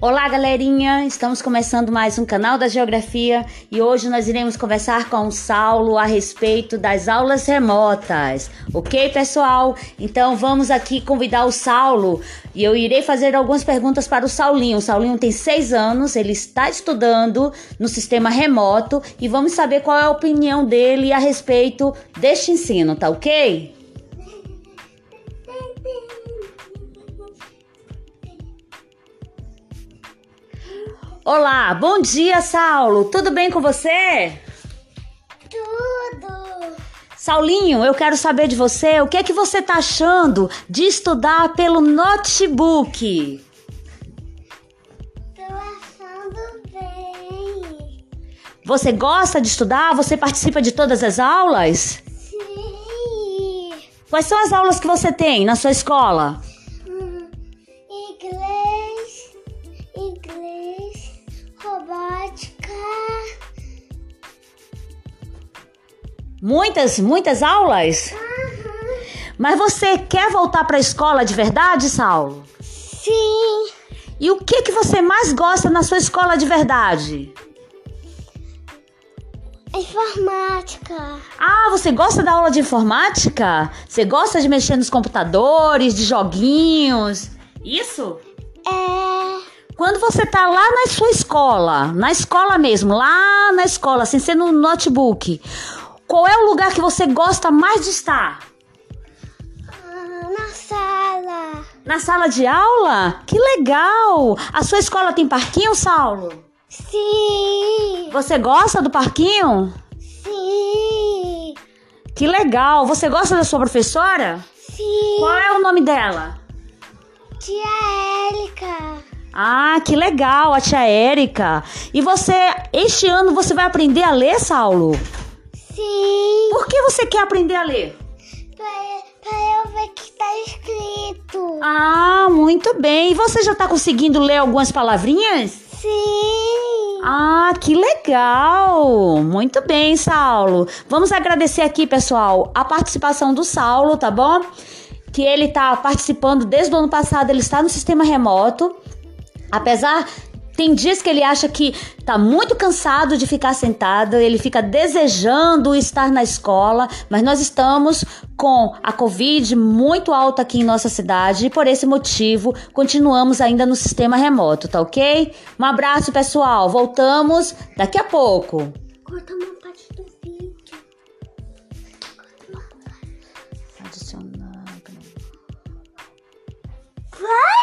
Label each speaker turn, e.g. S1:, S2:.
S1: Olá, galerinha! Estamos começando mais um canal da Geografia e hoje nós iremos conversar com o Saulo a respeito das aulas remotas, ok, pessoal? Então vamos aqui convidar o Saulo e eu irei fazer algumas perguntas para o Saulinho. O Saulinho tem seis anos, ele está estudando no sistema remoto e vamos saber qual é a opinião dele a respeito deste ensino, tá ok? Olá, bom dia, Saulo. Tudo bem com você?
S2: Tudo!
S1: Saulinho, eu quero saber de você, o que é que você tá achando de estudar pelo notebook?
S2: Tô achando bem!
S1: Você gosta de estudar? Você participa de todas as aulas?
S2: Sim!
S1: Quais são as aulas que você tem na sua escola?
S2: Hum, Inglês, inglês, robótica,
S1: Muitas, muitas aulas? Mas você quer voltar para a escola de verdade, Saulo?
S2: sim,
S1: E o que que você mais gosta na sua escola de verdade?
S2: informática,
S1: Ah, você gosta da aula de informática? Você gosta de mexer nos computadores, de joguinhos? Isso?
S2: é,
S1: Quando você tá lá na sua escola, na escola mesmo, lá na escola, sem ser no notebook, qual é o lugar que você gosta mais de estar?
S2: ah, na sala,
S1: Na sala de aula? Que legal! A sua escola tem parquinho, Saulo?
S2: sim,
S1: Você gosta do parquinho?
S2: sim,
S1: Que legal! Você gosta da sua professora?
S2: sim,
S1: Qual é o nome dela?
S2: tia Érica,
S1: Ah, que legal, a tia Érica. E você, este ano você vai aprender a ler, Saulo?
S2: sim,
S1: Por que você quer aprender a ler?
S2: pra, pra eu ver o que tá escrito,
S1: Ah, muito bem. E você já tá conseguindo ler algumas palavrinhas?
S2: sim.
S1: Ah, que legal! Muito bem, Saulo. Vamos agradecer aqui, pessoal, a participação do Saulo, tá bom? Que ele tá participando desde o ano passado, ele está no sistema remoto. Apesar tem dias que ele acha que tá muito cansado de ficar sentado, ele fica desejando estar na escola, mas nós estamos com a Covid muito alta aqui em nossa cidade e por esse motivo continuamos ainda no sistema remoto, tá ok? Um abraço, pessoal. Voltamos daqui a pouco.
S2: Corta uma parte do vídeo.
S1: Adicionar.
S2: Vai!